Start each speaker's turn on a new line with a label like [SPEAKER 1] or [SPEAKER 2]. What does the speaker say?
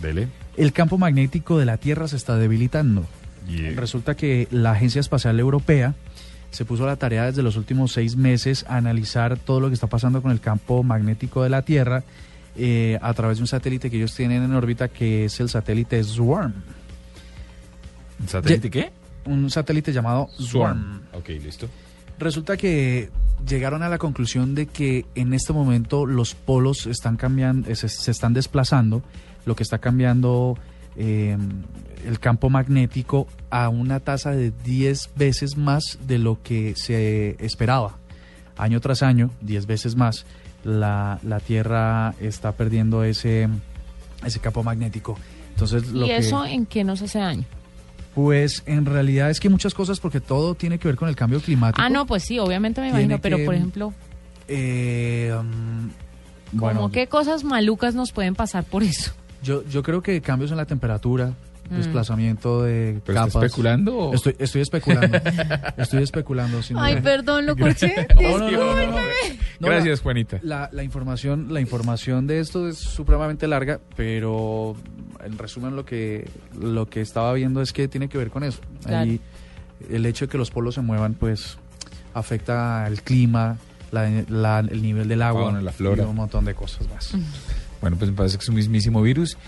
[SPEAKER 1] Dele.
[SPEAKER 2] El campo magnético de la Tierra se está debilitando.
[SPEAKER 1] Yeah.
[SPEAKER 2] Resulta que la Agencia Espacial Europea se puso a la tarea desde los últimos seis meses a analizar todo lo que está pasando con el campo magnético de la Tierra eh, a través de un satélite que ellos tienen en órbita que es el satélite Swarm.
[SPEAKER 1] ¿Un ¿Satélite qué?
[SPEAKER 2] Un satélite llamado Swarm.
[SPEAKER 1] Ok, listo.
[SPEAKER 2] Resulta que llegaron a la conclusión de que en este momento los polos están cambiando, se, se están desplazando, lo que está cambiando eh, el campo magnético a una tasa de 10 veces más de lo que se esperaba. Año tras año, 10 veces más, la, la Tierra está perdiendo ese, ese campo magnético. Entonces, lo
[SPEAKER 3] ¿Y
[SPEAKER 2] que-
[SPEAKER 3] eso en qué nos hace daño?
[SPEAKER 2] Pues en realidad es que muchas cosas, porque todo tiene que ver con el cambio climático.
[SPEAKER 3] Ah, no, pues sí, obviamente me
[SPEAKER 2] Tiene
[SPEAKER 3] imagino, pero
[SPEAKER 2] que-
[SPEAKER 3] por ejemplo,
[SPEAKER 2] Eh, mm,
[SPEAKER 3] ¿cómo
[SPEAKER 2] bueno,
[SPEAKER 3] qué cosas malucas nos pueden pasar por eso?
[SPEAKER 2] yo, yo creo que cambios en la temperatura,
[SPEAKER 3] Mm.
[SPEAKER 2] desplazamiento de
[SPEAKER 1] ¿Pero está
[SPEAKER 2] capas.
[SPEAKER 1] especulando? o-
[SPEAKER 2] Estoy, estoy especulando. estoy especulando. sin
[SPEAKER 3] Ay,
[SPEAKER 2] duda.
[SPEAKER 3] perdón, lo corché.
[SPEAKER 2] No, no, no, no, no. No, la-
[SPEAKER 1] Gracias, Juanita.
[SPEAKER 2] La, la información, la información de esto es supremamente larga, pero en resumen lo que, lo que estaba viendo es que tiene que ver con eso.
[SPEAKER 3] Claro.
[SPEAKER 2] Ahí, el hecho de que los polos se muevan, pues afecta el clima, la- la- el nivel del agua,
[SPEAKER 1] Fauna, la flora.
[SPEAKER 2] y un montón de cosas más.
[SPEAKER 1] Bueno, pues me parece que es un mismísimo virus.